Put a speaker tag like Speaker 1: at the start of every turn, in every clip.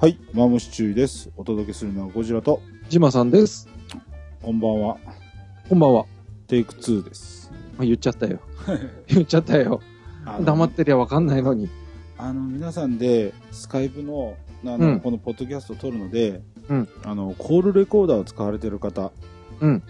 Speaker 1: はい、マムシチューです。お届けするのはゴジラと、
Speaker 2: ジマさんです。
Speaker 1: こんばんは、
Speaker 2: こんばんは。
Speaker 1: テイク2です。
Speaker 2: あ言っち ゃったよ。言っちゃったよ。
Speaker 1: あの
Speaker 2: 黙ってりゃわかんないのに。
Speaker 1: あの、皆さんで、スカイプの、あの、
Speaker 2: うん
Speaker 1: このポッドキャストを撮るので、
Speaker 2: うん
Speaker 1: あの、コールレコーダーを使われてる方、
Speaker 2: うん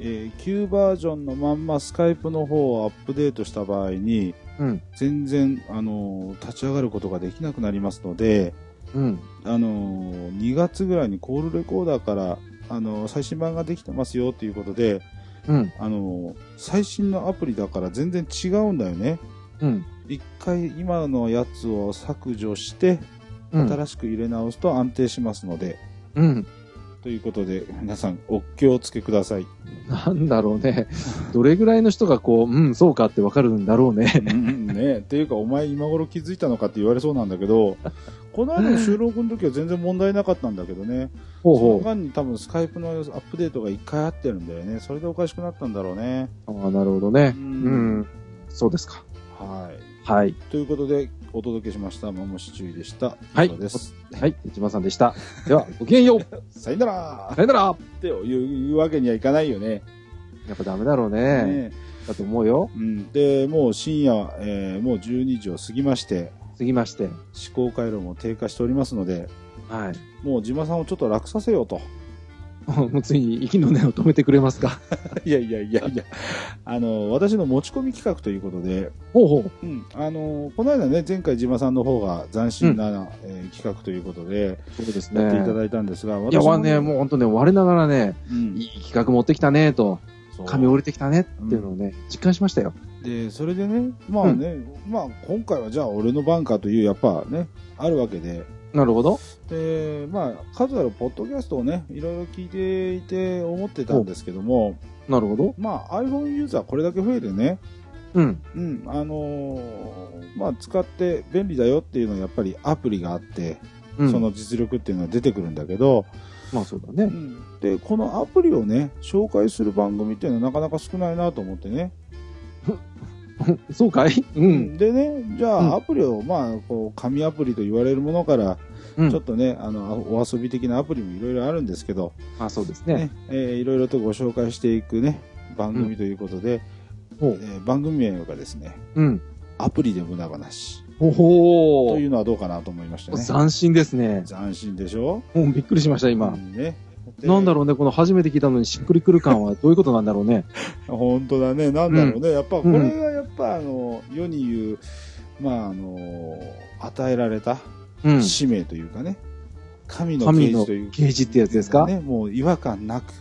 Speaker 1: えー、旧バージョンのまんまスカイプの方をアップデートした場合に、
Speaker 2: うん。
Speaker 1: 全然、あの、立ち上がることができなくなりますので、
Speaker 2: うん。
Speaker 1: あの2月ぐらいにコールレコーダーから、あの最新版ができてますよということで、
Speaker 2: うん。
Speaker 1: あの最新のアプリだから全然違うんだよね。
Speaker 2: うん。
Speaker 1: 一回今のやつを削除して、
Speaker 2: うん。
Speaker 1: 新しく入れ直すと安定しますので、
Speaker 2: うん。
Speaker 1: ということで、皆さんお気をつけくだ さい。
Speaker 2: なんだろうね。どれぐらいの人がこう、うん、そうかってわかるんだろう ね。
Speaker 1: うんねっていうか、お前今頃気づいたのかって言われそうなんだけど、この間の収録の時は全然問題なかったんだけどね。
Speaker 2: ほう
Speaker 1: その
Speaker 2: ほ
Speaker 1: 間に多分スカイプのアップデートが一回あってるんだよね。それでおかしくなったんだろうね。
Speaker 2: う。ああ、なるほどね
Speaker 1: う。
Speaker 2: うんん。そうですか。
Speaker 1: はい。
Speaker 2: はい。
Speaker 1: ということで、お届けしました、マムシチューでした。
Speaker 2: はい
Speaker 1: 以上です。
Speaker 2: はい。ジマさんでした。では、ごきげん よう。
Speaker 1: さよなら
Speaker 2: さよなら。
Speaker 1: って言う言うわけにはいかないよね。
Speaker 2: やっぱダメだろうね。
Speaker 1: ね
Speaker 2: だと思うよ。
Speaker 1: うん、で、もう深夜、えーもう12時を過ぎまして、
Speaker 2: 次まして。
Speaker 1: 思考回路も低下しておりますので、
Speaker 2: はい。
Speaker 1: もう自慢さんをちょっと楽させようと。
Speaker 2: もうついに息の根を止めてくれますか。
Speaker 1: いやいやいやいや、あの、私の持ち込み企画ということで、
Speaker 2: ほうほう。
Speaker 1: うん、あの、この間ね、前回自慢さんの方が斬新な、えー企画ということで、
Speaker 2: そうですね。
Speaker 1: やっていただいたんですが、
Speaker 2: いや、
Speaker 1: 私
Speaker 2: わね、もう本当ね、我ながらね、
Speaker 1: うん
Speaker 2: いい企画持ってきたね、と、
Speaker 1: そう
Speaker 2: 髪降りてきたね、っていうのをね、実感しましたよ。
Speaker 1: でそれでねまあね、まあ今回はじゃあ俺の番かというやっぱねあるわけで
Speaker 2: なるほど。
Speaker 1: でまあ数あるポッドキャストをねいろいろ聞いていて思ってたんですけども
Speaker 2: なるほど。
Speaker 1: まあ iPhone ユーザーこれだけ増えてね
Speaker 2: うん。
Speaker 1: うんあのーまあ使って便利だよっていうのはやっぱりアプリがあって、
Speaker 2: うん、
Speaker 1: その実力っていうのは出てくるんだけど、
Speaker 2: まあそうだね。
Speaker 1: でこのアプリをね紹介する番組っていうのはなかなか少ないなと思ってね
Speaker 2: そうかいうん。
Speaker 1: でね、じゃ
Speaker 2: うん
Speaker 1: あアプリを、まあ、こう、紙アプリと言われるものから、
Speaker 2: うん
Speaker 1: ちょっとね、あの、お遊び的なアプリもいろいろあるんですけど、
Speaker 2: まあそうですね。
Speaker 1: ね、えーいろいろとご紹介していくね、番組ということで、
Speaker 2: ほ
Speaker 1: え
Speaker 2: う。
Speaker 1: ー番組名がですね、
Speaker 2: うん。
Speaker 1: アプリで無駄話
Speaker 2: ほほ
Speaker 1: とい
Speaker 2: ー。
Speaker 1: うのはどうかなと思いましたね。
Speaker 2: 斬新ですね。
Speaker 1: 斬新でしょ
Speaker 2: もうびっくりしました、
Speaker 1: う
Speaker 2: 今。
Speaker 1: んね。で
Speaker 2: なんだろうね、この初めて聞いたのにしっくりくる感はどういうことなんだろうね。
Speaker 1: 本当だね。なんだろうね。やっぱ、こ
Speaker 2: うん
Speaker 1: れがやっぱ、あの、世に言う、まあ、あの、与えられた
Speaker 2: うん。
Speaker 1: 使命というかね、神の啓
Speaker 2: 神
Speaker 1: 示
Speaker 2: の
Speaker 1: というか
Speaker 2: ゲージってやつですか
Speaker 1: ね、もう違和感なく、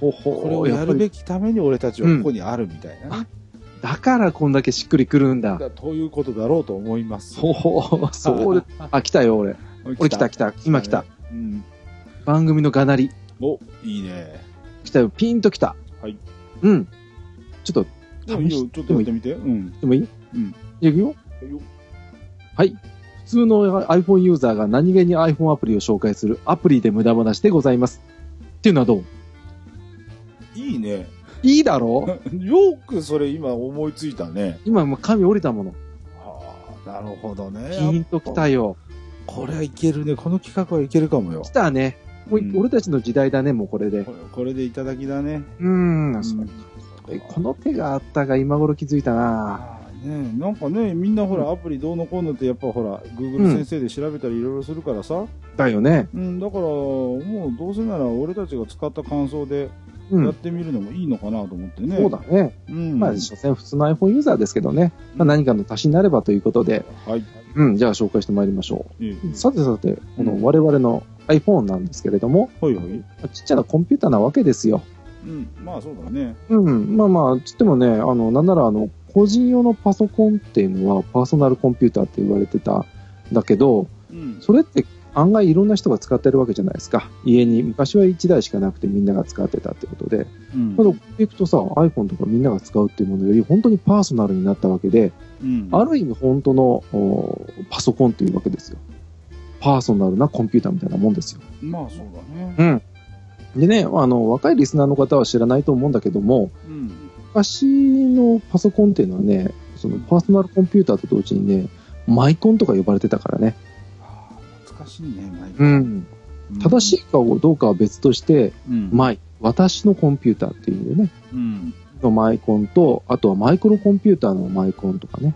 Speaker 2: ほほ
Speaker 1: これをやる
Speaker 2: べ
Speaker 1: べ
Speaker 2: き。
Speaker 1: きために俺たちはここにあるみたいな、
Speaker 2: うんだからこんだけしっくりくるんだ。
Speaker 1: だということだろうと思います。
Speaker 2: ほほそうで。あ、来たよ、俺。俺来た来た。今来た。。
Speaker 1: うん。
Speaker 2: 番組のがなり。
Speaker 1: お、いいね。
Speaker 2: 来たよ、ピンと来た。
Speaker 1: はい。
Speaker 2: うん。ちょっ
Speaker 1: でも
Speaker 2: と、
Speaker 1: いい
Speaker 2: 試
Speaker 1: よ
Speaker 2: し
Speaker 1: ちょってとや
Speaker 2: も
Speaker 1: っ
Speaker 2: いい
Speaker 1: てみて。うん。
Speaker 2: でもいい
Speaker 1: うん。
Speaker 2: いくよ。はい。普通の iPhone ユーザーが何気に iPhone アプリを紹介するアプリで無駄話でございます。っていうのはどう
Speaker 1: いいね。
Speaker 2: いいだろ
Speaker 1: よくそれ今思いついたね。
Speaker 2: 今もう髪折れたもの。
Speaker 1: はあ、なるほどね。
Speaker 2: ピンときた
Speaker 1: やっ
Speaker 2: よ。
Speaker 1: ぱこれはいけるね。この企画はいけるかもよ
Speaker 2: 来。たね。もう
Speaker 1: うん
Speaker 2: 俺たちの時代だね、もうこれで。
Speaker 1: これこれでいただきだね。
Speaker 2: うーん。
Speaker 1: うん
Speaker 2: えこの手があったが今頃気づいたな。
Speaker 1: あーねえ、なんかねみんなほらアプリどうのこうのってやっぱほら Google 先生で調べたりいろいろするからさ、
Speaker 2: だよね。
Speaker 1: うんだからもうどうせなら俺たちが使った感想で
Speaker 2: う
Speaker 1: やっ
Speaker 2: ん。
Speaker 1: てみるのもいいのかなと思ってね、
Speaker 2: そうだね。
Speaker 1: うん
Speaker 2: まあ、所詮普通の iPhone ユーザーですけどね。まあ、何かの足しになればということで。
Speaker 1: はい、
Speaker 2: うん、じゃあ紹介してまいりましょ
Speaker 1: ええ
Speaker 2: う。さてさて、こ
Speaker 1: うん
Speaker 2: の我々の iPhone なんですけれども、
Speaker 1: はいはい
Speaker 2: ちっちゃなコンピューターなわけですよ。
Speaker 1: うんまあそうだね
Speaker 2: うん、まあまあ、つってもね、あの、なんならあの、個人用のパソコンっていうのはパーソナルコンピューターって言われてたんだけど、
Speaker 1: うん
Speaker 2: それって案外いろんな人が使ってるわけじゃないですか。家に、昔は1台しかなくてみんなが使ってたってことで。
Speaker 1: うん
Speaker 2: まだこういくとさ、iPhone とかみんなが使うっていうものより本当にパーソナルになったわけで、
Speaker 1: うん
Speaker 2: ある意味本当のおパソコンというわけですよ。パーソナルなコンピューターみたいなもんですよ。
Speaker 1: まあそうだね
Speaker 2: うん。でね、あの、若いリスナーの方は知らないと思うんだけども、
Speaker 1: うん
Speaker 2: 昔のパソコンっていうのはね、そのパーソナルコンピューターと同時にね、マイコンとか呼ばれてたからね。
Speaker 1: ああ懐か難しいね、マイク。
Speaker 2: うん。正し
Speaker 1: い。
Speaker 2: いかどうかは別として、
Speaker 1: うん。
Speaker 2: マイ、私のコンピューターっていうね、
Speaker 1: うん。
Speaker 2: のマイコンと、あとはマイクロコンピューターのマイコンとかね。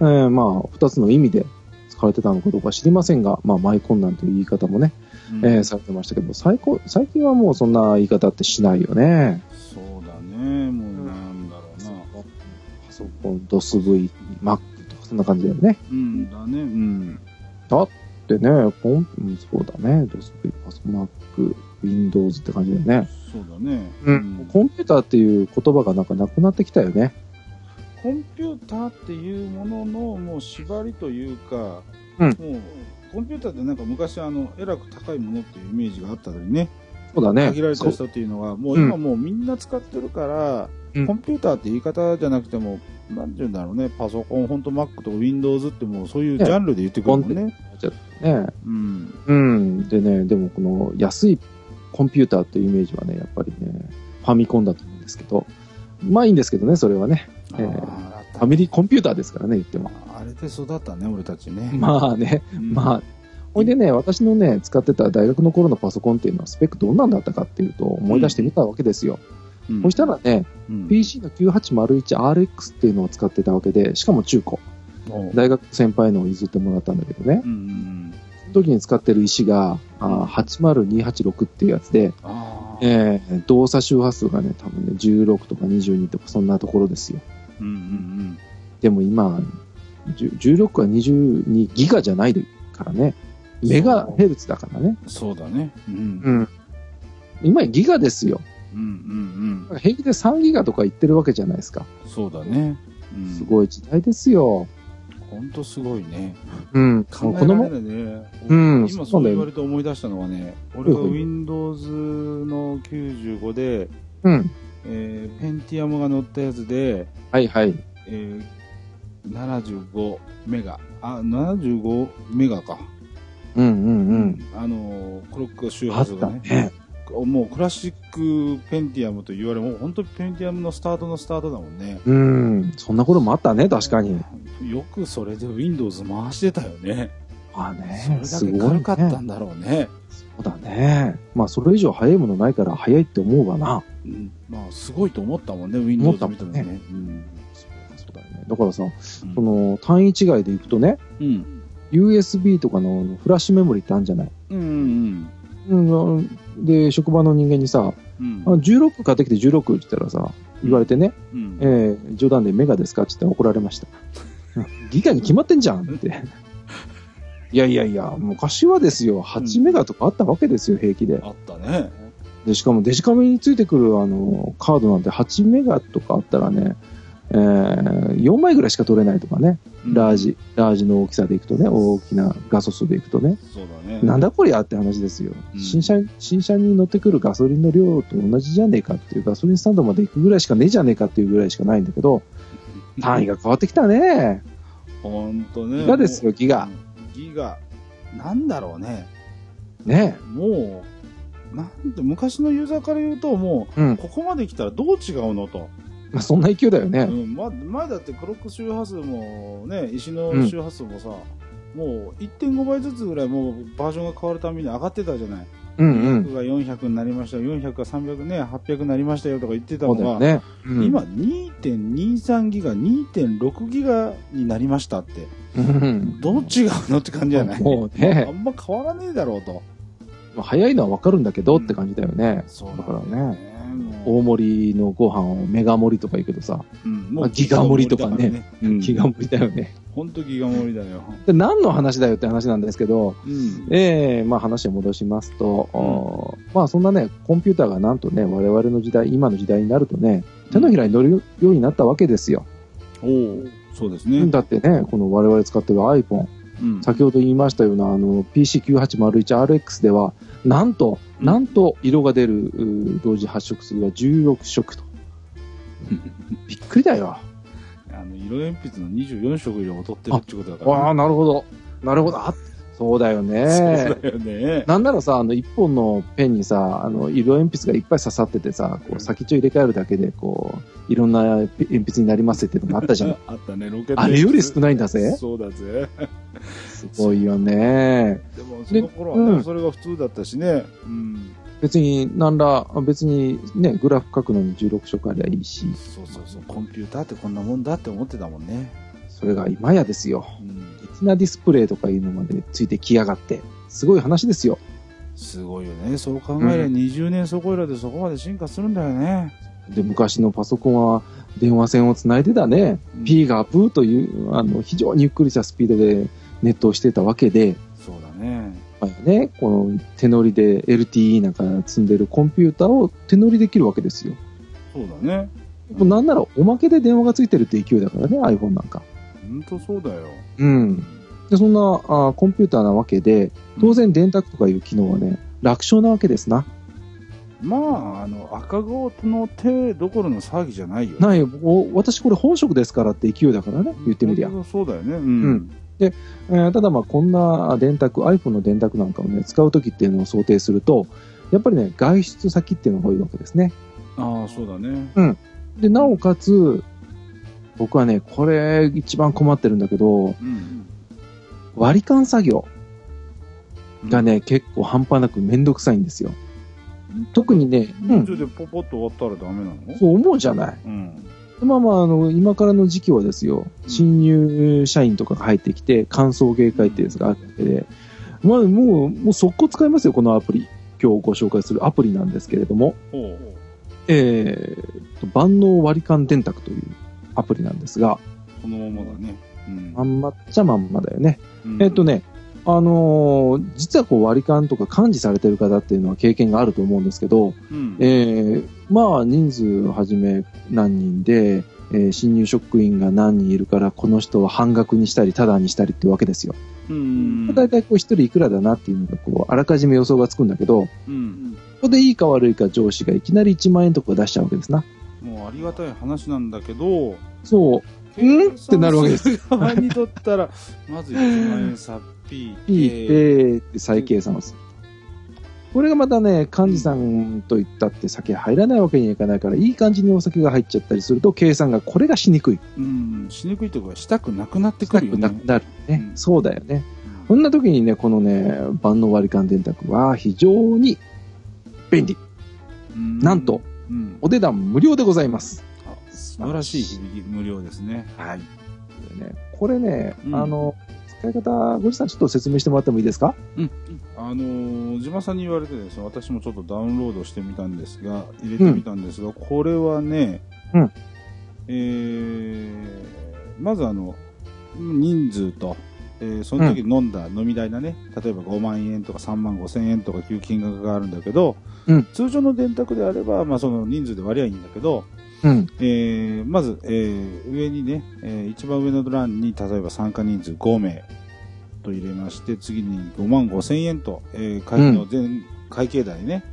Speaker 2: えーまあ、二つの意味で使われてたのかどうかは知りませんが、まあ、マイコンなんていう言い方もね、
Speaker 1: うん
Speaker 2: えーされてましたけど、最高、最近はもうそんな言い方ってしないよね。
Speaker 1: そうだね、もうなんだろうな。
Speaker 2: パソコン、DOSV、Mac とかそんな感じだよね。
Speaker 1: うんだね、うん。
Speaker 2: でね、コン、うんそうだね、DOSV、パソコン、Mac、Windows って感じだよね。
Speaker 1: そうだね。
Speaker 2: コンピューターっていう言葉がなんかなくなってきたよね。
Speaker 1: コンピューターっていうもののもう縛りというか、
Speaker 2: うん
Speaker 1: もうコンピューターってなんか昔あのえらく高いものっていうイメージがあったのにね
Speaker 2: そうだね。
Speaker 1: 限られた人っていうのはもう今もうみんな使ってるから、
Speaker 2: うん
Speaker 1: コンピューターって言い方じゃなくてもなんて言うんだろうねパソコン本当 Mac とか Windows ってもうそういうジャンルで言ってくるもんね。
Speaker 2: ね。
Speaker 1: うん
Speaker 2: うん。でね、でもこの安いコンピューターっていうイメージはね、やっぱりね、ファミコンだと思うんですけど、まあいいんですけどね、それはね。
Speaker 1: あ
Speaker 2: ええ
Speaker 1: ーあっ
Speaker 2: フ
Speaker 1: た
Speaker 2: ァミリーコンピューターですからね、言っても。
Speaker 1: あれで育ったね俺たちね。
Speaker 2: まあね、
Speaker 1: うん
Speaker 2: まあ。ほいでね、私のね、使ってた大学の頃のパソコンっていうのはスペックどんなんだったかっていうと思い出してみたわけですよ。
Speaker 1: うん
Speaker 2: そしたらね、
Speaker 1: うん、
Speaker 2: PC の 9801RX っていうのを使ってたわけで、しかも中古。
Speaker 1: おう
Speaker 2: 大学先輩のを譲ってもらったんだけどね
Speaker 1: う。んうんうん
Speaker 2: その時に使ってる石が、あー80286っていうやつで、
Speaker 1: あー
Speaker 2: えー動作周波数がね、多分ね、16とか22とかそんなところですよ。
Speaker 1: うんうん
Speaker 2: でも今、10 16は22ギガじゃないからね。メガヘルツだからね。
Speaker 1: うんそうだね。うん
Speaker 2: うん。今ギガですよ。
Speaker 1: うんうん
Speaker 2: 平気で3ギガとか言ってるわけじゃないですか。
Speaker 1: うん。そうだね。うん、
Speaker 2: すごい時代ですよ。
Speaker 1: ほんとすごいね。
Speaker 2: うん。
Speaker 1: 考
Speaker 2: こ
Speaker 1: え
Speaker 2: の
Speaker 1: られな
Speaker 2: も、
Speaker 1: いね。
Speaker 2: うん
Speaker 1: 今
Speaker 2: そ
Speaker 1: そうう
Speaker 2: なんだよ
Speaker 1: 言われて思い出したのはね、俺が
Speaker 2: うん
Speaker 1: Windows の95で、
Speaker 2: うん。
Speaker 1: えー、Pentium が乗ったやつで、
Speaker 2: はいはい。
Speaker 1: えー、75メガ。あ、75メガか。
Speaker 2: うんうん
Speaker 1: う
Speaker 2: うん。。
Speaker 1: あのー、クロック周波
Speaker 2: あっ
Speaker 1: 数
Speaker 2: た
Speaker 1: がね。
Speaker 2: ね。
Speaker 1: もうクラシックペンティアムと言われ、もう本当にペンティアムのスタートのスタートだもんね。
Speaker 2: うん。そんなこともあったね、確かに。
Speaker 1: よくそれで Windows 回してたよね。
Speaker 2: まあ
Speaker 1: それ
Speaker 2: ね、
Speaker 1: だ
Speaker 2: す
Speaker 1: け
Speaker 2: ごい、
Speaker 1: 軽
Speaker 2: ね。
Speaker 1: かったんだろうね。
Speaker 2: そうだね。まあ、それ以上早いものないから早いって思うわな。
Speaker 1: うんまあ、すごいと思ったもんね、
Speaker 2: 思っ
Speaker 1: Windows
Speaker 2: たもん
Speaker 1: 見たら
Speaker 2: ね
Speaker 1: ね。うん
Speaker 2: そうだよね。だからさ、
Speaker 1: うん
Speaker 2: その単位違いでいくとね、
Speaker 1: うん。
Speaker 2: USB とかのフラッシュメモリーってあるんじゃない
Speaker 1: うんうん
Speaker 2: うん、で、職場の人間にさ、
Speaker 1: うん。
Speaker 2: あ16買ってきて16って言ったらさ、言われてね、
Speaker 1: うん
Speaker 2: えー冗談でメガですかって言ったら怒られました。 ギガに決まってんじゃんって。いやいやいや、昔はですよ、8メガとかあったわけですよ、平気で。
Speaker 1: あったね。
Speaker 2: で、しかもデジカメについてくるあのカードなんて8メガとかあったらね、えー4枚ぐらいしか取れないとかね、
Speaker 1: うん
Speaker 2: ラー。ジ、ラージの大きさでいくとね、大きな画素数でいくとね、
Speaker 1: そうだね。
Speaker 2: なんだこりゃって話ですよ。
Speaker 1: うん
Speaker 2: 新車、新車に乗ってくるガソリンの量と同じじゃねえかっていう、ガソリンスタンドまで行くぐらいしかねえじゃねえかっていうぐらいしかないんだけど、単位が変わってきたね。
Speaker 1: ほんとね。
Speaker 2: ギガですよ、ギガ
Speaker 1: も。う。ギガ。なんだろうね。
Speaker 2: ね
Speaker 1: もう、なんて、昔のユーザーから言うと、も
Speaker 2: え。うん
Speaker 1: う、。ここまで来たらどう違うのと。
Speaker 2: まあ、そんな勢いだよ
Speaker 1: う
Speaker 2: ね。
Speaker 1: ん、ま、前だってクロック周波数もね、石の周波数もさ、もう1.5倍ずつぐらいもうバージョンが変わるために上がってたじゃない。
Speaker 2: うんうん。
Speaker 1: 100が400になりました、400が300ね、800になりましたよとか言ってた
Speaker 2: そ
Speaker 1: の
Speaker 2: うだ
Speaker 1: が、
Speaker 2: よね。うん
Speaker 1: 今、2.23ギガ、2.6ギガになりましたって、
Speaker 2: うん。
Speaker 1: どう違うのって感じじゃない
Speaker 2: もうね
Speaker 1: あ。んま変わらねえだろうと。
Speaker 2: まあ早いのはわかるんだけどって感じだよね。
Speaker 1: そう
Speaker 2: だから
Speaker 1: なんだよ
Speaker 2: ね、
Speaker 1: ねもう
Speaker 2: 大盛りのご飯をメガ盛りとか言うけどさ、
Speaker 1: うんも
Speaker 2: あ
Speaker 1: う
Speaker 2: ギガ盛りとかね
Speaker 1: ギガ盛りだら。うん
Speaker 2: 気が盛りだよね。
Speaker 1: ほんとギガ盛りだよ。
Speaker 2: で、何の話だよって話なんですけど、
Speaker 1: うん
Speaker 2: ええまあ話を戻しますと、おーまあそんなね、コンピューターがなんとね、我々の時代、今の時代になるとね、手のひらに乗るようになったわけですよ。
Speaker 1: おおそうですね。
Speaker 2: だってね、この我々使ってる iPhone、
Speaker 1: うん
Speaker 2: 先ほど言いましたようなあの PC9801RX では、なん
Speaker 1: う
Speaker 2: と、
Speaker 1: ん
Speaker 2: なんと色が出るうー同時発色数が16 色と。びっくりだよ。
Speaker 1: あの色鉛筆の24色以上劣ってるってことだから、
Speaker 2: ああ、なるほど。なるほど。あそうだよね。
Speaker 1: そうだよね。
Speaker 2: なんならさ、あの、一本のペンにさ、あの、色鉛筆がいっぱい刺さっててさ、こう、先っちょ入れ替えるだけで、こう、いろんな鉛筆になりますっていうのもあったじ ゃん。
Speaker 1: あったね、ロケット鉛筆。
Speaker 2: あれより少ないんだぜ。
Speaker 1: そうだぜ。
Speaker 2: すごいよね。
Speaker 1: でも、その頃は
Speaker 2: でう
Speaker 1: ね、
Speaker 2: ん
Speaker 1: それが普通だったしね。うん。
Speaker 2: 別に、なんら、別にね、グラフ書くのに16色ありゃいいし、
Speaker 1: そうそうそう、コンピューターってこんなもんだって思ってたもんね。
Speaker 2: それが今やですよ。
Speaker 1: うん。
Speaker 2: レティナディスプレイとかいうのまでついてきやがって、すごい話ですよ。
Speaker 1: すごいよね。そう考えりゃ
Speaker 2: う
Speaker 1: 20年そこいらでそこまで進化するんだよね。
Speaker 2: で、昔のパソコンは電話線をつないでだね、
Speaker 1: うん
Speaker 2: P がプーという、あの、非常にゆっくりしたスピードでネットをしてたわけで、
Speaker 1: そうだね。
Speaker 2: まあね、この手乗りで LTE なんか積んでるコンピューターを手乗りできるわけですよ。
Speaker 1: そうだね。
Speaker 2: もうなんならおまけで電話がついてるって勢いだからね、iPhone なんか。
Speaker 1: ほんとそうだよ。
Speaker 2: うん。で、そんなあコンピューターなわけで、当然電卓とかいう機能はね、楽勝なわけですな。
Speaker 1: まあ、あの、赤子の手どころの騒ぎじゃないよ。
Speaker 2: ないよ、お私これ本職ですからって勢いだからね、言ってみりゃ。
Speaker 1: 本当そうだよね。う
Speaker 2: うんん。えーただまあこんな電卓、iPhone の電卓なんかをね、使うときっていうのを想定すると、やっぱりね、外出先っていうのが多いわけですね。
Speaker 1: ああ、そうだね。
Speaker 2: で、なおかつ、僕はね、これ一番困ってるんだけど、
Speaker 1: うん。
Speaker 2: 割り勘作業がね、結構半端なくめんどくさいんですよ。特にね、う
Speaker 1: 途
Speaker 2: ん、
Speaker 1: 中でポポッと終わったらダメなの
Speaker 2: そう思うじゃない。
Speaker 1: うん。
Speaker 2: まあまあ、あの、今からの時期はですよ、新入社員とかが入ってきて、歓送迎会っていうやつがあるわけで、まあもう、もう速攻使いますよ、このアプリ。今日ご紹介するアプリなんですけれども、
Speaker 1: ほう。
Speaker 2: えーと、万能割り勘電卓というアプリなんですが、
Speaker 1: そのままだね。うん
Speaker 2: ま。んまっちゃまんまだよね。
Speaker 1: うん
Speaker 2: えっと。ね、あのー実はこう割り勘とか管理されてる方っていうのは経験があると思うんですけど、
Speaker 1: うん。
Speaker 2: えーまあ人数はじめ何人で、えー新入職員が何人いるからこの人は半額にしたりタダにしたりってわけですよ。
Speaker 1: うん。
Speaker 2: だいたいこう一人いくらだなっていうのがこうあらかじめ予想がつくんだけど、こ
Speaker 1: うん。
Speaker 2: こでいいか悪いか上司がいきなり1万円とか出しちゃうわけですな。
Speaker 1: もうありがたい話なんだけど、。
Speaker 2: そう。うんってなるわけです
Speaker 1: 側にとったら、まず1万円差っぴ
Speaker 2: いい、
Speaker 1: え
Speaker 2: えーって再計算をすると。これがまたね、幹事さんと言ったって酒入らないわけにはいかないから、いい感じにお酒が入っちゃったりすると、計算がこれがしにくい。
Speaker 1: うん、しにくいとこはしたくなくなってく
Speaker 2: 深
Speaker 1: るよ
Speaker 2: く
Speaker 1: ね。
Speaker 2: なくなるね。
Speaker 1: うん
Speaker 2: そうだよね。
Speaker 1: う
Speaker 2: こ
Speaker 1: ん
Speaker 2: んな時にね、このね、万能割り勘電卓は非常に便利。
Speaker 1: うん
Speaker 2: なんと、
Speaker 1: うん、
Speaker 2: お値段無料でございます。
Speaker 1: あ素晴らしい響き無料ですね。はい。
Speaker 2: でねこれね、
Speaker 1: うん
Speaker 2: あの、使い方、ごじさんちょっと説明してもらってもいいですか
Speaker 1: あのー、島さんに言われてですね、私もちょっとダウンロードしてみたんですが、入れてみたんですが、これはね、
Speaker 2: うん
Speaker 1: えー、まずあの、人数と、えーその時飲んだ飲み代だね、例えば5万円とか3万5千円とかいう金額があるんだけど、
Speaker 2: うん
Speaker 1: 通常の電卓であれば、まあその人数で割りゃいいんだけど、
Speaker 2: うん。
Speaker 1: えーまず、えー上にね、えー一番上の欄に、例えば参加人数5名と入れまして、次に5万5千円と、えー会費の全、会計代ね。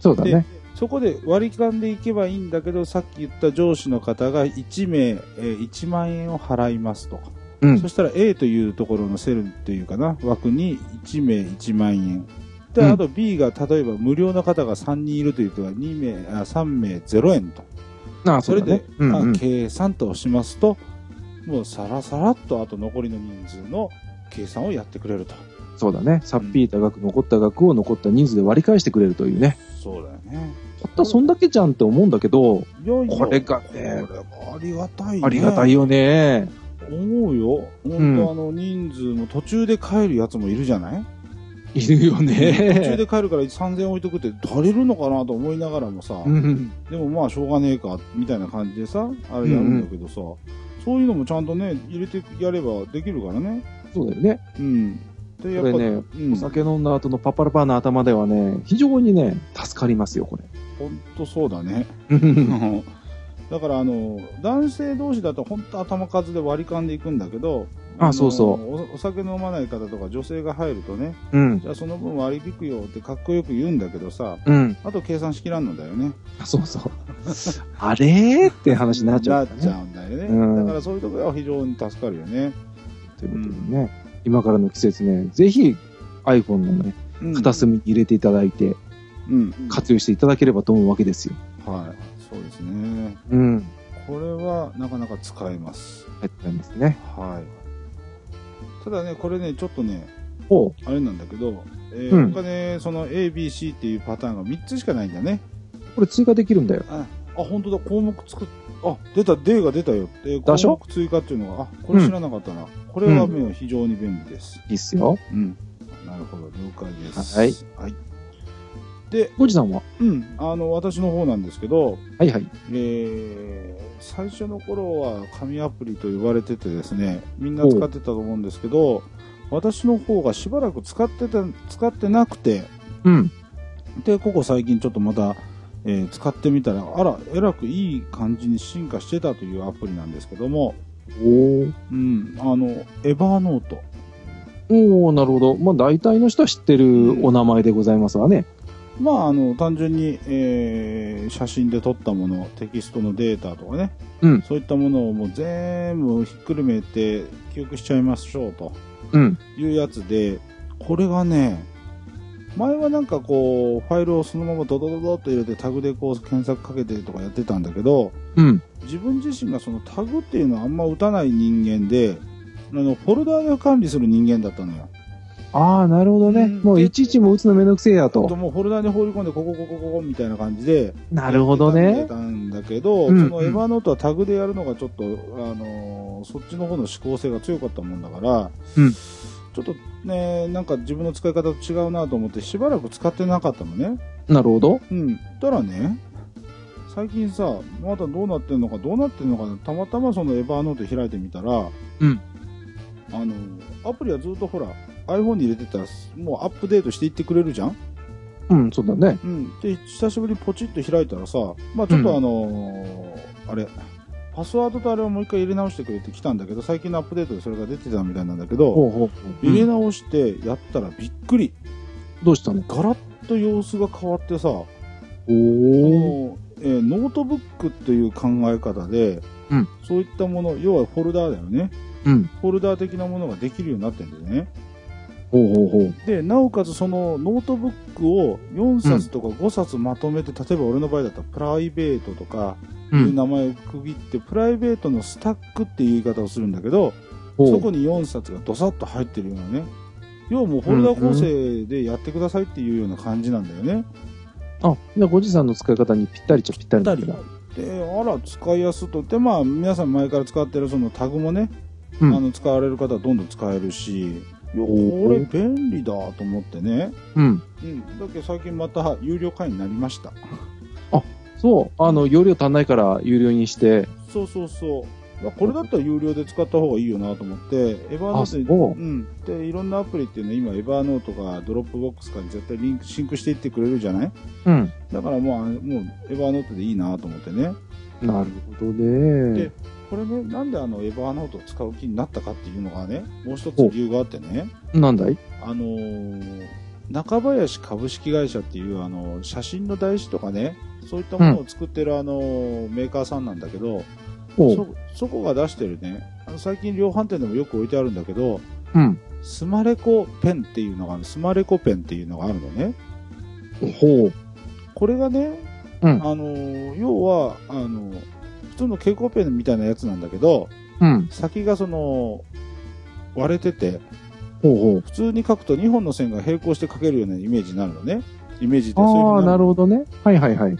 Speaker 2: そうだね。
Speaker 1: そこで割り勘でいけばいいんだけど、さっき言った上司の方が1名、えー1万円を払いますと。
Speaker 2: うん
Speaker 1: そ。したら A というところのセルというかな、枠に1名1万円。で、
Speaker 2: うん
Speaker 1: あと B が例えば無料の方が3人いるというと、2名、あ3名0円と。
Speaker 2: ああ、
Speaker 1: そ
Speaker 2: そ
Speaker 1: れ
Speaker 2: れ
Speaker 1: で
Speaker 2: で、、うん
Speaker 1: まあ
Speaker 2: うん。
Speaker 1: 計算としますと、もうさらさらっとあと残りの人数の計算をやってくれると。
Speaker 2: そうだね。さっぴいた額、残った額を残った人数で割り返してくれるというね。
Speaker 1: そうだよね。
Speaker 2: たったそんだけじゃんって思うんだけど、
Speaker 1: いよいよ
Speaker 2: これがね
Speaker 1: これがありがたい、ね。
Speaker 2: ありがたい。よね。
Speaker 1: 思うよ。本
Speaker 2: ん
Speaker 1: 当あの人数も途中で帰るやつもいるじゃない、
Speaker 2: いるよ
Speaker 1: 途中
Speaker 2: ね。
Speaker 1: で帰るから3000円置いとくって足りるのかなと思いながらもさ、
Speaker 2: うん。
Speaker 1: でもまあしょうがねえか、みたいな感じでさ、あれやるんだけどさ、そういうのもちゃんとね、入れてやればできるからね。
Speaker 2: そうだよね。
Speaker 1: うん。で、やっぱ
Speaker 2: これね
Speaker 1: うん
Speaker 2: お酒飲んだ後のパパラパーの頭ではね、非常にね、助かりますよ、これ。
Speaker 1: ほんとそうだね。
Speaker 2: うん
Speaker 1: だから、あの、男性同士だと本当頭数で割り勘でいくんだけど、
Speaker 2: あ
Speaker 1: の
Speaker 2: そうそう
Speaker 1: お。お酒飲まない方とか女性が入るとね、
Speaker 2: うん。
Speaker 1: じゃあその分割り引くよってかっこよく言うんだけどさ、
Speaker 2: うん。
Speaker 1: あと計算しきらんのだよね。
Speaker 2: あそうそう。あれーって話になっちゃうからね、
Speaker 1: うんだよね。
Speaker 2: うん
Speaker 1: だからそういうところは非常に助かるよね。
Speaker 2: ということでね、今からの季節ね、ぜひ iPhone のね、
Speaker 1: うん
Speaker 2: 片隅に入れていただいて、
Speaker 1: うん。
Speaker 2: 活用していただければと思うわけですよ。
Speaker 1: はい。そうですね。
Speaker 2: うん。
Speaker 1: これはなかなか使えます。
Speaker 2: 入ってたんですね。
Speaker 1: はい。ただね、これね、ちょっとね、
Speaker 2: おう
Speaker 1: あれなんだけど、えー
Speaker 2: うん
Speaker 1: 他ね、その A、B、C っていうパターンが3つしかないんだね。
Speaker 2: これ追加できるんだよ。
Speaker 1: あ、あ本当だ、項目作っ、あ、出た、D が出たよ。えー
Speaker 2: だしょ
Speaker 1: 項目追加っていうのが、あ、これ知らなかったな。これはもう非常に便利です。
Speaker 2: いいっすよ。
Speaker 1: うん。なるほど、了解です。
Speaker 2: はい。
Speaker 1: はい。で、
Speaker 2: ゴジさんは
Speaker 1: うん、あの、私の方なんですけど、
Speaker 2: はいはい。
Speaker 1: えー最初の頃は紙アプリと言われててですね、みんな使ってたと思うんですけど、私の方がしばらく使ってた、使ってなくて、
Speaker 2: うん。
Speaker 1: で、ここ最近ちょっとまた、えー使ってみたら、あら、えらくいい感じに進化してたというアプリなんですけども、
Speaker 2: お
Speaker 1: うん、あの、エバーノート。
Speaker 2: おおなるほど。まあ大体の人は知ってるお名前でございますわね。
Speaker 1: まあ、あの、単純に、えー写真で撮ったもの、テキストのデータとかね、
Speaker 2: うん
Speaker 1: そういったものをもう全部ひっくるめて記憶しちゃいましょうと
Speaker 2: うん。
Speaker 1: いうやつで、これがね、前はなんかこう、ファイルをそのままドドドドっと入れてタグでこう検索かけてとかやってたんだけど、
Speaker 2: うん。
Speaker 1: 自分自身がそのタグっていうのはあんま打たない人間で、あの、フォルダーで管理する人間だったのよ。
Speaker 2: ああ、なるほどね。
Speaker 1: うん
Speaker 2: もういちいちもう打つのめんどくせえやと。
Speaker 1: もうフォルダーに放り込んで、ここ、ここ、ここ、みたいな感じで、
Speaker 2: なるほどね。
Speaker 1: たんだけど、
Speaker 2: うん
Speaker 1: そのエヴァノートはタグでやるのがちょっと、あのーそっちの方の指向性が強かったもんだから、
Speaker 2: うん
Speaker 1: ちょっとね、なんか自分の使い方と違うなと思って、しばらく使ってなかったのね。
Speaker 2: なるほど。
Speaker 1: うん。たらね、最近さ、まだどうなってんのか、どうなってんのかな、たまたまそのエヴァノート開いてみたら、
Speaker 2: うん
Speaker 1: あの、アプリはずっとほら、iPhone に入れてたら、もうアップデートしていってくれるじゃん
Speaker 2: うん、そうだね。
Speaker 1: うん、で久しぶりにポチッと開いたらさ、まあ、ちょっ
Speaker 2: うん
Speaker 1: とあのーあれパスワードとあれをもう一回入れ直してくれって来たんだけど最近のアップデートでそれが出てたみたいなんだけど
Speaker 2: ほうほうほう。
Speaker 1: 入れ
Speaker 2: うん
Speaker 1: 直してやったらびっくり
Speaker 2: どうしたの
Speaker 1: ガラッと様子が変わってさこ
Speaker 2: おお。
Speaker 1: の、えーノートブックという考え方で、
Speaker 2: うん
Speaker 1: そういったもの要はフォルダーだよね
Speaker 2: うん。
Speaker 1: フォルダー的なものができるようになってんだよね
Speaker 2: ほうほうほう。
Speaker 1: でなおかつそのノートブックを4冊とか5冊まとめて、例えば俺の場合だったらプライベートとか
Speaker 2: う。
Speaker 1: いうん名前を区切って、プライベートのスタックっていう言い方をするんだけど、
Speaker 2: ほ
Speaker 1: そうこに4冊がドサッと入ってるようなね。要はもうフォルダ構成でやってくださいっていうような感じなんだよね。
Speaker 2: あ、じゃあ、ごじさんの使い方にぴったりちゃぴったりだった
Speaker 1: で、あら、使いやすいと。で、まあ、皆さん前から使ってるそのタグもね、
Speaker 2: うん
Speaker 1: あの、使われる方はどんどん使えるし、いや
Speaker 2: お
Speaker 1: これ便利だと思ってね。
Speaker 2: うん。
Speaker 1: うん。だけど最近また有料会員になりました。
Speaker 2: そう。あの、容量足んないから有料にして。
Speaker 1: そうそうそう。まあこれだったら有料で使った方がいいよなと思って、エヴァノ
Speaker 2: あ、
Speaker 1: ート
Speaker 2: そ
Speaker 1: に
Speaker 2: う。
Speaker 1: うん、でいろんなアプリっていうのは今エバーノートかドロップボックスかに絶対リンクシンクしていってくれるじゃない
Speaker 2: うん。
Speaker 1: だからもうあもうエバーノートでいいなと思ってね
Speaker 2: なるほどね
Speaker 1: で。これねなんであのエバーノートを使う気になったかっていうのがねもう一つ理由があってね
Speaker 2: なんだい
Speaker 1: あのー中林株式会社っていうあの写真の台紙とかねそういったものを作ってるあのーメーカーさんなんだけど、
Speaker 2: ほう。
Speaker 1: そそこが出してるねあの最近量販店でもよく置いてあるんだけど
Speaker 2: うん。
Speaker 1: スマレコペンっていうのがあるスマレコペンっていうのがあるのね
Speaker 2: ほう。
Speaker 1: これがね、
Speaker 2: うん
Speaker 1: あの要はあの普通の蛍光ペンみたいなやつなんだけど
Speaker 2: うん。
Speaker 1: 先がその割れてて
Speaker 2: ほうほう。
Speaker 1: 普通に書くと2本の線が並行して書けるようなイメージになるのねイメージってそういう
Speaker 2: あ
Speaker 1: 風
Speaker 2: あ、
Speaker 1: にな
Speaker 2: な
Speaker 1: る
Speaker 2: るほどね。はいはいはい。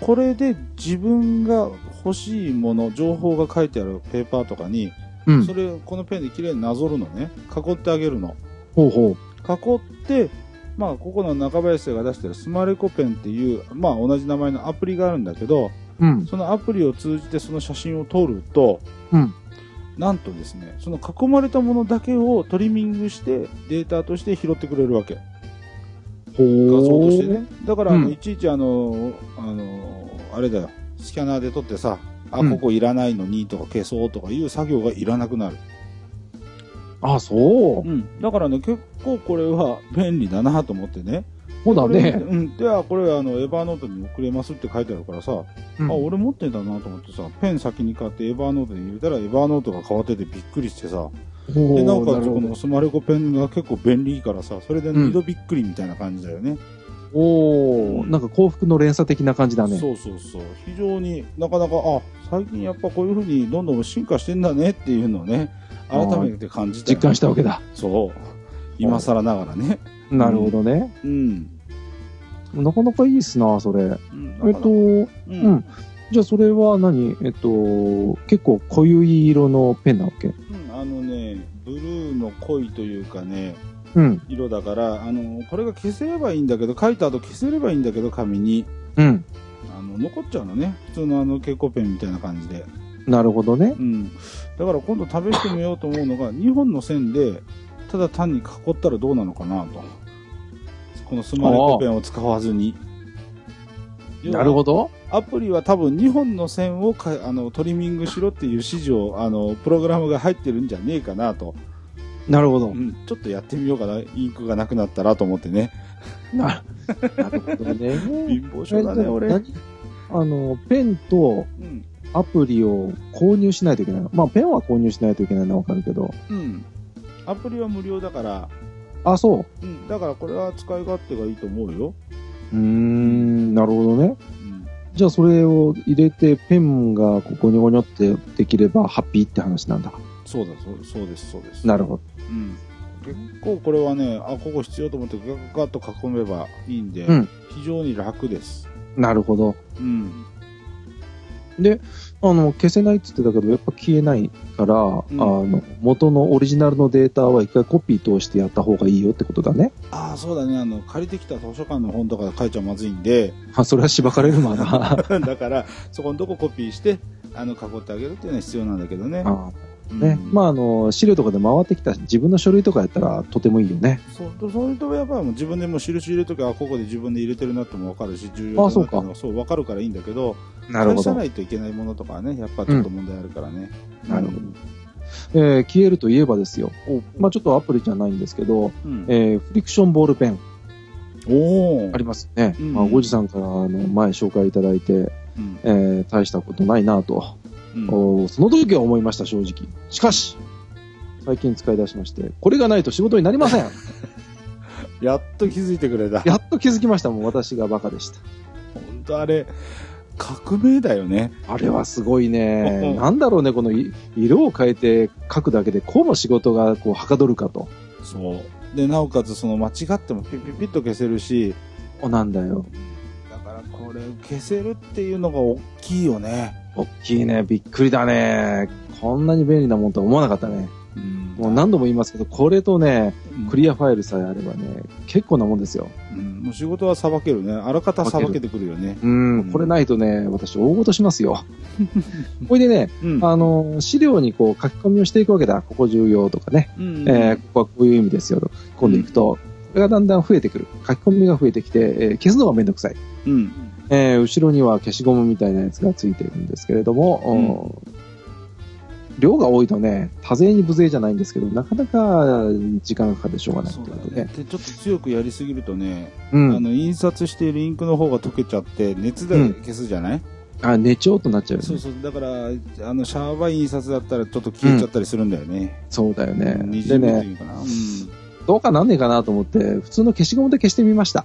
Speaker 1: これで自分が欲しいもの情報が書いてあるペーパーとかに、
Speaker 2: うん
Speaker 1: そ。れをこのペンで綺麗になぞるのね囲ってあげるの
Speaker 2: ほうほう。
Speaker 1: 囲って、まあ、ここの中林生が出してるスマレコペンっていう、まあ、同じ名前のアプリがあるんだけど、
Speaker 2: うん。
Speaker 1: そのアプリを通じてその写真を撮ると、
Speaker 2: うん
Speaker 1: なんとですね、その囲まれたものだけをトリミングしてデータとして拾ってくれるわけ。
Speaker 2: ほう。
Speaker 1: 画像としてね。だから、あの
Speaker 2: うん
Speaker 1: いちいちあの、あの、あれだよ、スキャナーで撮ってさ、あ、
Speaker 2: うん
Speaker 1: ここいらないのにとか消そうとかいう作業がいらなくなる。
Speaker 2: あ、そ
Speaker 1: う
Speaker 2: う。
Speaker 1: ん。だからね、結構これは便利だなと思ってね。
Speaker 2: そうだ
Speaker 1: こ
Speaker 2: ね
Speaker 1: れ。うん。では、これ、あの、エヴァーノートに送れますって書いてあるからさ、
Speaker 2: うん
Speaker 1: あ、俺持ってんだなと思ってさ、ペン先に買ってエヴァーノートに入れたら、エヴァーノートが変わっててびっくりしてさ、
Speaker 2: お
Speaker 1: で
Speaker 2: ー
Speaker 1: なおか
Speaker 2: る
Speaker 1: つ
Speaker 2: ほ
Speaker 1: こ
Speaker 2: ど
Speaker 1: のスマレコペンが結構便利いいからさそれで
Speaker 2: うん
Speaker 1: 二度びっくりみたいな感じだよね、
Speaker 2: おお、なんか幸福の連鎖的な感じだね。
Speaker 1: そうそうそう非常になかなかあ最近やっぱこういうふうにどんどん進化してんだねっていうのをね改めて感じたよ
Speaker 2: 実感したわけだ。
Speaker 1: そう今更ながらね
Speaker 2: なるほどね。
Speaker 1: うん、
Speaker 2: なかなかいいっすな、それ。
Speaker 1: うん
Speaker 2: えっと、
Speaker 1: う
Speaker 2: うんじゃあそれは何えっと、結構濃ゆい色のペンなわけ
Speaker 1: うんあのね、ブルーの濃いというかね、
Speaker 2: うん、
Speaker 1: 色だから、あの、これが消せればいいんだけど、書いた後消せればいいんだけど、紙に。
Speaker 2: うん。
Speaker 1: あの、残っちゃうのね。普通のあの、蛍光ペンみたいな感じで。
Speaker 2: なるほどね。
Speaker 1: うん。だから今度試してみようと思うのが、2本の線で、ただ単に囲ったらどうなのかなと。このスマレコペンを使わずに。
Speaker 2: なるほ
Speaker 1: ど。
Speaker 2: ど。
Speaker 1: アプリは多分2本の線をかあのトリミングしろっていう指示を、あの、プログラムが入ってるんじゃねえかなと。
Speaker 2: なるほど
Speaker 1: う。ん、ちょっとやってみようかな、インクがなくなったらと思ってね。
Speaker 2: ななるほどね。
Speaker 1: 貧乏症だね、
Speaker 2: え
Speaker 1: 俺。
Speaker 2: 何あの、ペンと
Speaker 1: うん。
Speaker 2: アプリを購入しないといけないの。まあ、ペンは購入しないといけないのはわかるけど。
Speaker 1: うん。アプリは無料だから、
Speaker 2: あ、そう。
Speaker 1: うん、だからこれは使い勝手がいいと思うよ。
Speaker 2: うーん、なるほどね。
Speaker 1: うん。
Speaker 2: じゃあそれを入れてペンがここにゴニョってできればハッピーって話なんだ。
Speaker 1: そうだ、そうそうです、そうです。
Speaker 2: なるほど。
Speaker 1: うん。結構これはね、あ、ここ必要と思ってガガガッと囲めばいいんで、
Speaker 2: うん
Speaker 1: 非常に楽です。
Speaker 2: なるほど。
Speaker 1: うん。
Speaker 2: あの、消せないって言ってたけど、やっぱ消えないから、あの、元のオリジナルのデータは一回コピー通してやった方がいいよってことだね。
Speaker 1: ああ、そうだね、あの、借りてきた図書館の本とかで書いちゃまずいんで、
Speaker 2: あ、それはしばかれるわな。
Speaker 1: だから、そこのとこコピーして、あの、囲ってあげるっていうのは必要なんだけどね。
Speaker 2: あ
Speaker 1: うん
Speaker 2: ね。まあ、あの、資料とかで回ってきた自分の書類とかやったらとてもいいよね。
Speaker 1: そうとそういうとやっぱりもう自分でもう印入れときはここで自分で入れてるなっても分かるし重要だなっていうのがそう分かるからいいんだけど
Speaker 2: な
Speaker 1: 返さないといけないものとかはねやっぱちょっと問題あるからね、
Speaker 2: なるほど。えー消えるといえばですよ。
Speaker 1: お
Speaker 2: まあちょっとアプリじゃないんですけど、
Speaker 1: うん
Speaker 2: えーフリクションボールペン。
Speaker 1: おー
Speaker 2: ありますよね。
Speaker 1: うん
Speaker 2: まあ、ゴジさんからあの前紹介いただいて、
Speaker 1: うん
Speaker 2: えー大したことないなと、
Speaker 1: うん
Speaker 2: おーその時は思いました、正直。しかし、最近使い出しまして、これがないと仕事になりま せん
Speaker 1: やっと気づいてくれた
Speaker 2: やっと気づきました、もう私がバカでした。
Speaker 1: 本当あれ革命だよね
Speaker 2: あれはすご い
Speaker 1: うんう
Speaker 2: ね。
Speaker 1: ん
Speaker 2: なんだろうね、このい色を変えて書くだけで、こうも仕事がこうはかどるかと。
Speaker 1: そうでなおかつその間違ってもピッピッピッと消せるし
Speaker 2: おなんだよ。
Speaker 1: だからこれ消せるっていうのが大きいよね
Speaker 2: おっきいね、びっくりだね。こんなに便利なもんとは思わなかったね。
Speaker 1: うん
Speaker 2: もう何度も言いますけど、これとね、
Speaker 1: ア
Speaker 2: クリアファイルさえあればね、結構なもんですよ。
Speaker 1: うん、もう仕事はさばけるね。あらかたさばけてくるよね。
Speaker 2: うん、これないとね、私、大ごとします よ。ほいでね、
Speaker 1: うん
Speaker 2: あの、資料にこう書き込みをしていくわけだ。ここ重要とかね、
Speaker 1: うん
Speaker 2: えーここはこういう意味ですよと書き込んでいくと、これがだんだん増えてくる。書き込みが増えてきて、えー消すのがめんどくさい。
Speaker 1: うん。
Speaker 2: えー後ろには消しゴムみたいなやつがついているんですけれども、お量が多いとね、多勢に無勢じゃないんですけど、なかなか時間がかかってしょうがないと
Speaker 1: そ
Speaker 2: いうう
Speaker 1: だ
Speaker 2: こと
Speaker 1: ねで、
Speaker 2: で。。
Speaker 1: ちょっと強くやりすぎるとね、
Speaker 2: う
Speaker 1: あ
Speaker 2: ん。
Speaker 1: の、印刷しているインクの方が溶けちゃって、熱で消すじゃない、
Speaker 2: あ、寝ちゃおうとなっちゃうよ
Speaker 1: そう
Speaker 2: ね。
Speaker 1: そう。だから、あの、シャーバイ印刷だったらちょっと消えちゃったりするんだよね。
Speaker 2: そうだよね。
Speaker 1: うん、
Speaker 2: で
Speaker 1: 滲む
Speaker 2: ね
Speaker 1: っていうかな。うん。
Speaker 2: どうかなんねえかなと思って、普通の消しゴムで消してみました。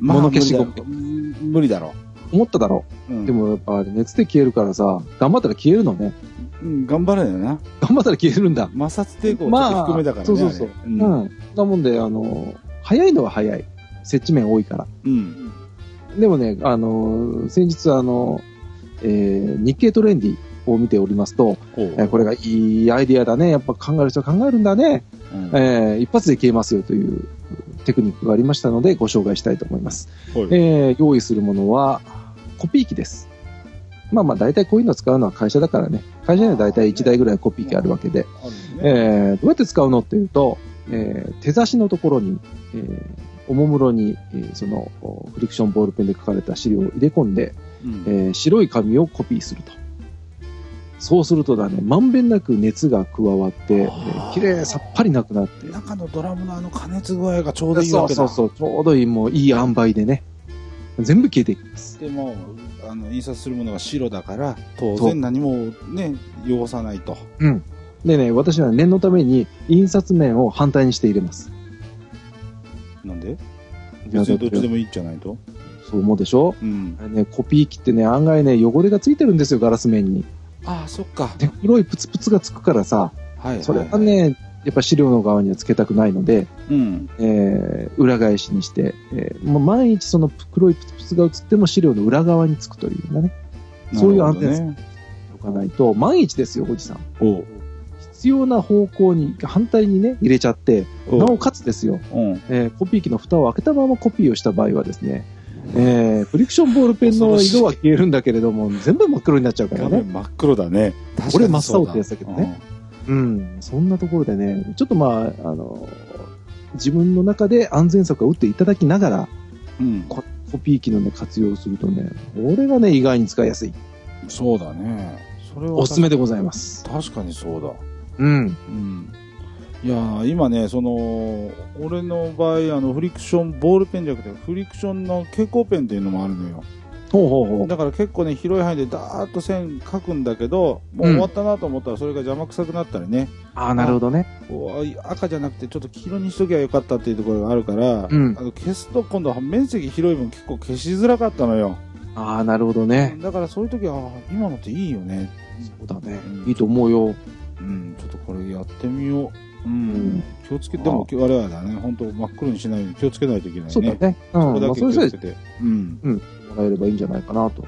Speaker 2: 物消しゴム
Speaker 1: 無理だろうん無理だろ
Speaker 2: 思っただろ
Speaker 1: う。う
Speaker 2: う。
Speaker 1: ん。
Speaker 2: で、もやっぱあれ熱で消えるからさ、頑張ったら消えるのね。
Speaker 1: うん、頑張れよな。
Speaker 2: 頑張ったら消えるんだ。
Speaker 1: 摩擦抵抗ちょっ
Speaker 2: ま
Speaker 1: と
Speaker 2: あ、
Speaker 1: 低めだからね。
Speaker 2: そうそうそう。
Speaker 1: あ
Speaker 2: う
Speaker 1: れうん。
Speaker 2: ん。なもんで、あの、早いのは早い。接地面多いから。
Speaker 1: うん。
Speaker 2: でもね、あの、先日あの、えー日経トレンディを見ておりますと、
Speaker 1: こう
Speaker 2: えーこれがいいアイディアだね。やっぱ考える人は考えるんだね。
Speaker 1: うん
Speaker 2: えー一発で消えますよというテクニックがありましたので、ご紹介したいと思います。
Speaker 1: はい
Speaker 2: えー用意するものはコピー機です。まあまあ大体こういうの使うのは会社だからね。会社には大体1台ぐらいコピー機あるわけで。
Speaker 1: ある
Speaker 2: え
Speaker 1: ね
Speaker 2: ーどうやって使うのっていうと、えー手差しのところに、えーおもむろに、えーそのおフリクションボールペンで書かれた資料を入れ込んで、
Speaker 1: うん
Speaker 2: えー白い紙をコピーすると。そうするとだね、まんべんなく熱が加わって、え
Speaker 1: あー
Speaker 2: ー綺麗さっぱりなくなって。
Speaker 1: 中のドラムのあの加熱具合がちょうどいい
Speaker 2: そ
Speaker 1: わ
Speaker 2: う
Speaker 1: けだ
Speaker 2: そうそう、ちょうどいい、もういい塩梅でね。全部消えていきます。
Speaker 1: でもあの印刷するものが白だから当然何もね汚さないと
Speaker 2: でね、私は念のために印刷面を反対にして入れます。
Speaker 1: なんで
Speaker 2: いや
Speaker 1: 別にどっちで
Speaker 2: だ
Speaker 1: もいいんじゃないと
Speaker 2: ってそう思うでしょ
Speaker 1: うん。
Speaker 2: あれね、コピー機ってね、案外ね、汚れがついてるんですよ、ガラス面に。
Speaker 1: ああ、そっか。
Speaker 2: で、黒いプツプツがつくからさ、
Speaker 1: はい。
Speaker 2: それは、ね、やっぱ資料の側にはつけたくないので、
Speaker 1: うん。
Speaker 2: えー裏返しにして、えーもう万一その黒いプツプツが映っても資料の裏側につくというね、そういう安定
Speaker 1: なる
Speaker 2: 置かないと、万一ですよ、おじさん。
Speaker 1: ほどね。
Speaker 2: 必要な方向に、反対にね、入れちゃって、
Speaker 1: おう。
Speaker 2: な
Speaker 1: お
Speaker 2: お
Speaker 1: う。
Speaker 2: かつですよ、
Speaker 1: うん。
Speaker 2: えーコピー機の蓋を開けたままコピーをした場合はですね、えーフリクションボールペンの色は消えるんだけれども、全部真っ黒になっちゃうから
Speaker 1: 画
Speaker 2: ね。
Speaker 1: 面真っ黒だね。
Speaker 2: 俺真っ
Speaker 1: そう
Speaker 2: 青っ
Speaker 1: だ
Speaker 2: てやつだけどね。うん。そんなところでね、ちょっとまあ、あの、自分の中で安全策を打っていただきながら、
Speaker 1: うん。
Speaker 2: ココピー機のね、活用するとね、俺がね、意外に使いやすい。
Speaker 1: うんそうだね。それは
Speaker 2: おすすめでございます。
Speaker 1: 確かにそうだ。
Speaker 2: うん。
Speaker 1: うん。いやー今ね、その、俺の場合、あの、フリクション、ボールペンじゃなくて、フリクションの蛍光ペンっていうのもあるのよ。
Speaker 2: ほうほうほう。
Speaker 1: だから結構ね、広い範囲でダーッと線描くんだけど、もう終わったなと思ったら、それが邪魔くさくなったりね、
Speaker 2: ああ、なるほどね。
Speaker 1: こう赤じゃなくてちょっと黄色にしときゃよかったっていうところがあるから、
Speaker 2: うん
Speaker 1: あの消すと今度は面積広い分結構消しづらかったのよ。
Speaker 2: ああ、なるほどね。
Speaker 1: だからそういう時は、あ今のっていいよね。
Speaker 2: そうだね
Speaker 1: うん。
Speaker 2: いいと思うよ。
Speaker 1: うん、ちょっとこれやってみよう。うん。
Speaker 2: うん
Speaker 1: 気をつけて、でもあれはだね、本当真っ黒にしないように気をつけないといけないね。
Speaker 2: そうだね。うん。
Speaker 1: ここだ
Speaker 2: まあ
Speaker 1: け気
Speaker 2: それ
Speaker 1: を
Speaker 2: さえ
Speaker 1: つけて。うん。
Speaker 2: もらえればいいんじゃないかなと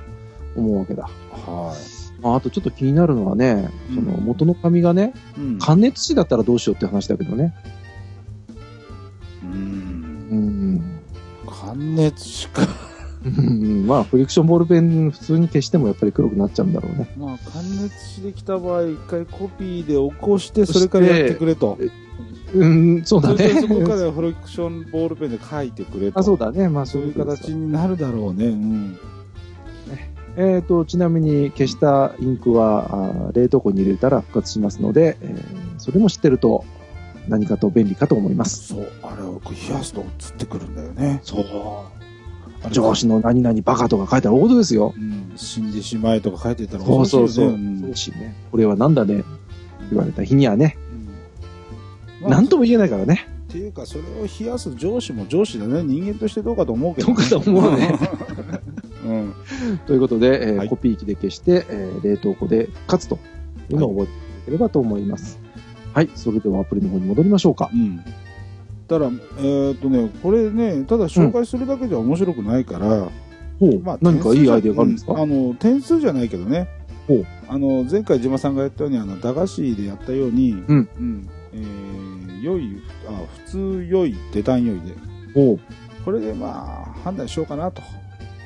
Speaker 2: 思うわけだ。
Speaker 1: は
Speaker 2: まあ、あとちょっと気になるのはね、
Speaker 1: うん
Speaker 2: その元の紙がね、
Speaker 1: い。うん。
Speaker 2: 加熱紙だったらどうしようって話だけどね。
Speaker 1: うん。
Speaker 2: うん。
Speaker 1: 関熱しか。
Speaker 2: まあ、フリクションボールペン普通に消してもやっぱり黒くなっちゃうんだろうね。
Speaker 1: まあ、関熱しできた場合、一回コピーで起こして、それからやってくれと。
Speaker 2: うん、そうだ
Speaker 1: それでそこか
Speaker 2: ね。
Speaker 1: らフリクションボールペンで書いてくれと。
Speaker 2: あそうだね。まあ、
Speaker 1: そ
Speaker 2: そうう
Speaker 1: い
Speaker 2: いうう形
Speaker 1: 形。になるだろうね。うん。
Speaker 2: えっ、と、ちなみに消したインクはあー冷凍庫に入れたら復活しますので、えーそれも知ってると何かと便利かと思います。
Speaker 1: そう、あれを冷やすと映ってくるんだよね。
Speaker 2: そう。
Speaker 1: あれ
Speaker 2: 上司の何々バカとか書いたら大事ですよ。
Speaker 1: うん、死んでしまえとか書いてたら
Speaker 2: そう
Speaker 1: 恐
Speaker 2: そ
Speaker 1: ろし
Speaker 2: う
Speaker 1: い
Speaker 2: そ
Speaker 1: よ
Speaker 2: う。
Speaker 1: ね
Speaker 2: そうしね。これはなんだね。言われた日にはね、
Speaker 1: うん
Speaker 2: なんとも言えないからね。
Speaker 1: っていうかそれを冷やす上司も上司だね人間としてどうかと思うけど、
Speaker 2: どうか と思うね
Speaker 1: うん
Speaker 2: ということで、えー
Speaker 1: はい
Speaker 2: コピー機で消して、えー冷凍庫で復活というのを覚えていただければと思います。はい。それではアプリの方に戻りましょうか
Speaker 1: う。んただえーっとねこれねただ紹介するだけじゃ面白くないから、
Speaker 2: ほう。何かいいアイデアがあるんですか、
Speaker 1: うあの点数じゃないけどね
Speaker 2: ほう
Speaker 1: あの前回島さんがやったようにあの駄菓子でやったように、うんえー良いあ普通良い出単良いで
Speaker 2: ほう。
Speaker 1: これでまあ判断しようかなと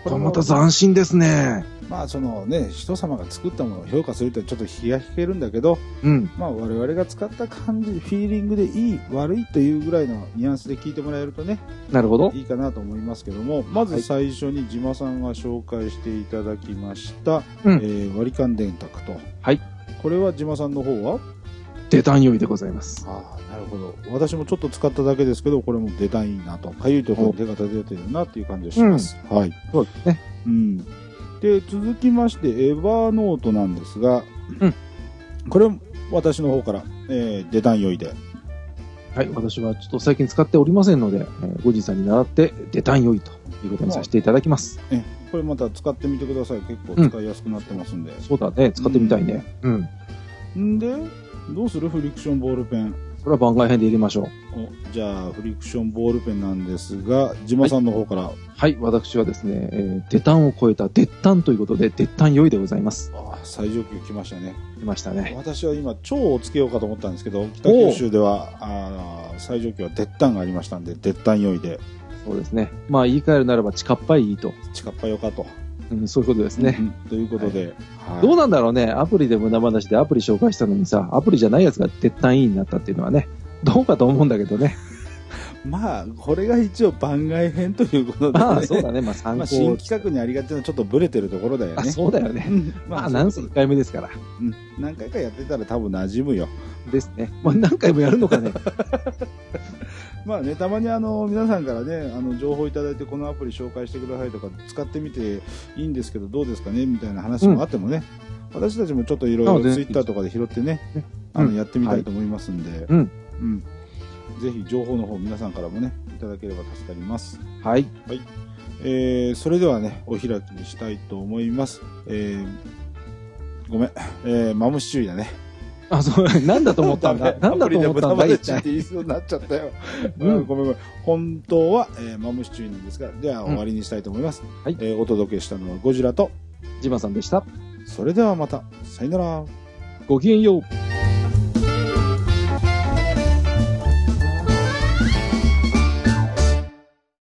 Speaker 1: これも
Speaker 2: また斬新ですね。
Speaker 1: まあそのね人様が作ったものを評価するってちょっと気が引けるんだけど
Speaker 2: うん。
Speaker 1: まあ我々が使った感じフィーリングでいい悪いというぐらいのニュアンスで聞いてもらえるとね
Speaker 2: なるほど。
Speaker 1: いいかなと思いますけどもまず最初に自まさんが紹介していただきました、
Speaker 2: うん
Speaker 1: えー割り勘電卓と、
Speaker 2: はい、
Speaker 1: これは自まさんの方は
Speaker 2: 出単用意でございます。
Speaker 1: ああなるほど私もちょっと使っただけですけどこれも出たいなとかゆいところに手が出てるなっていう感じがします、はい
Speaker 2: そうですね。
Speaker 1: うん、で続きましてエヴァーノートなんですが、
Speaker 2: うん
Speaker 1: これ私の方から、えー、出たんよいで
Speaker 2: はい。私はちょっと最近使っておりませんので、えー、ごじさんに習って出単用意ということにさせていただきます。
Speaker 1: えこれまた使ってみてください結構使いやすくなってますんで、
Speaker 2: そうだね。使ってみたいね。うん。
Speaker 1: ん、でどうするフリクションボールペン
Speaker 2: それは番外編で入れましょう。
Speaker 1: おじゃあフリクションボールペンなんですが島さんの方から、
Speaker 2: はい、私はですね、えー、出端を超えた出端ということで、出端良いでございます。
Speaker 1: ああ最上級来ましたね
Speaker 2: 来ましたね。
Speaker 1: 私は今、蝶をつけようかと思ったんですけど、北九州では、あー最上級は鉄炭がありましたんで、鉄炭良いで、
Speaker 2: そうですね。まあ、言い換えるならば、近っぱいいいと。
Speaker 1: 近っぱよかと。
Speaker 2: うん、そういうことですね。
Speaker 1: うん。ということで、はい
Speaker 2: どうなんだろうね。アプリで無駄話でアプリ紹介したのにさ、アプリじゃないやつが出端いいになったっていうのはね、どうかと思うんだけどね。
Speaker 1: まあ、これが一応番外編ということで、ね、
Speaker 2: まあ、そうだね。まあ、参
Speaker 1: まあ、
Speaker 2: 考
Speaker 1: 新。企画にありがちなちょっとブレてるところだよね。
Speaker 2: あ、そうだよ
Speaker 1: う
Speaker 2: ね。
Speaker 1: ん
Speaker 2: まあ、なんせ
Speaker 1: そういう
Speaker 2: 1回目ですから。
Speaker 1: ことうん何回かやってたら多分馴染むよ。
Speaker 2: ですね。まあ、何回もやるのかね。
Speaker 1: まあね、たまにあの、皆さんからね、あの、情報いただいて、このアプリ紹介してくださいとか、使ってみていいんですけど、どうですかねみたいな話もあってもね、私たちもちょっといろい
Speaker 2: あ
Speaker 1: ろ
Speaker 2: 全然
Speaker 1: ツイッターとかで拾ってね、あ
Speaker 2: う
Speaker 1: の、
Speaker 2: ん
Speaker 1: やってみたいと思いますんで、
Speaker 2: うん
Speaker 1: うん。ぜひ情報の方皆さんからもね、いただければ助かります。
Speaker 2: はい。
Speaker 1: えーそれではね、お開きにしたいと思います。えーごめん、えーマムシチューだね。
Speaker 2: あ、 そう、なんだと 思ったんだ。なんだと思ったんだ、一
Speaker 1: って
Speaker 2: 体。
Speaker 1: 言いそうになっちゃったよ。
Speaker 2: う
Speaker 1: うんん、ごめんごめん。本当は、えーマムシチューなんですが、では終わりにしたいと思います。
Speaker 2: はい
Speaker 1: えーお届けしたのはゴジラと、
Speaker 2: ジマさんでした。
Speaker 1: それではまた、さよなら。
Speaker 2: ごきげんよう。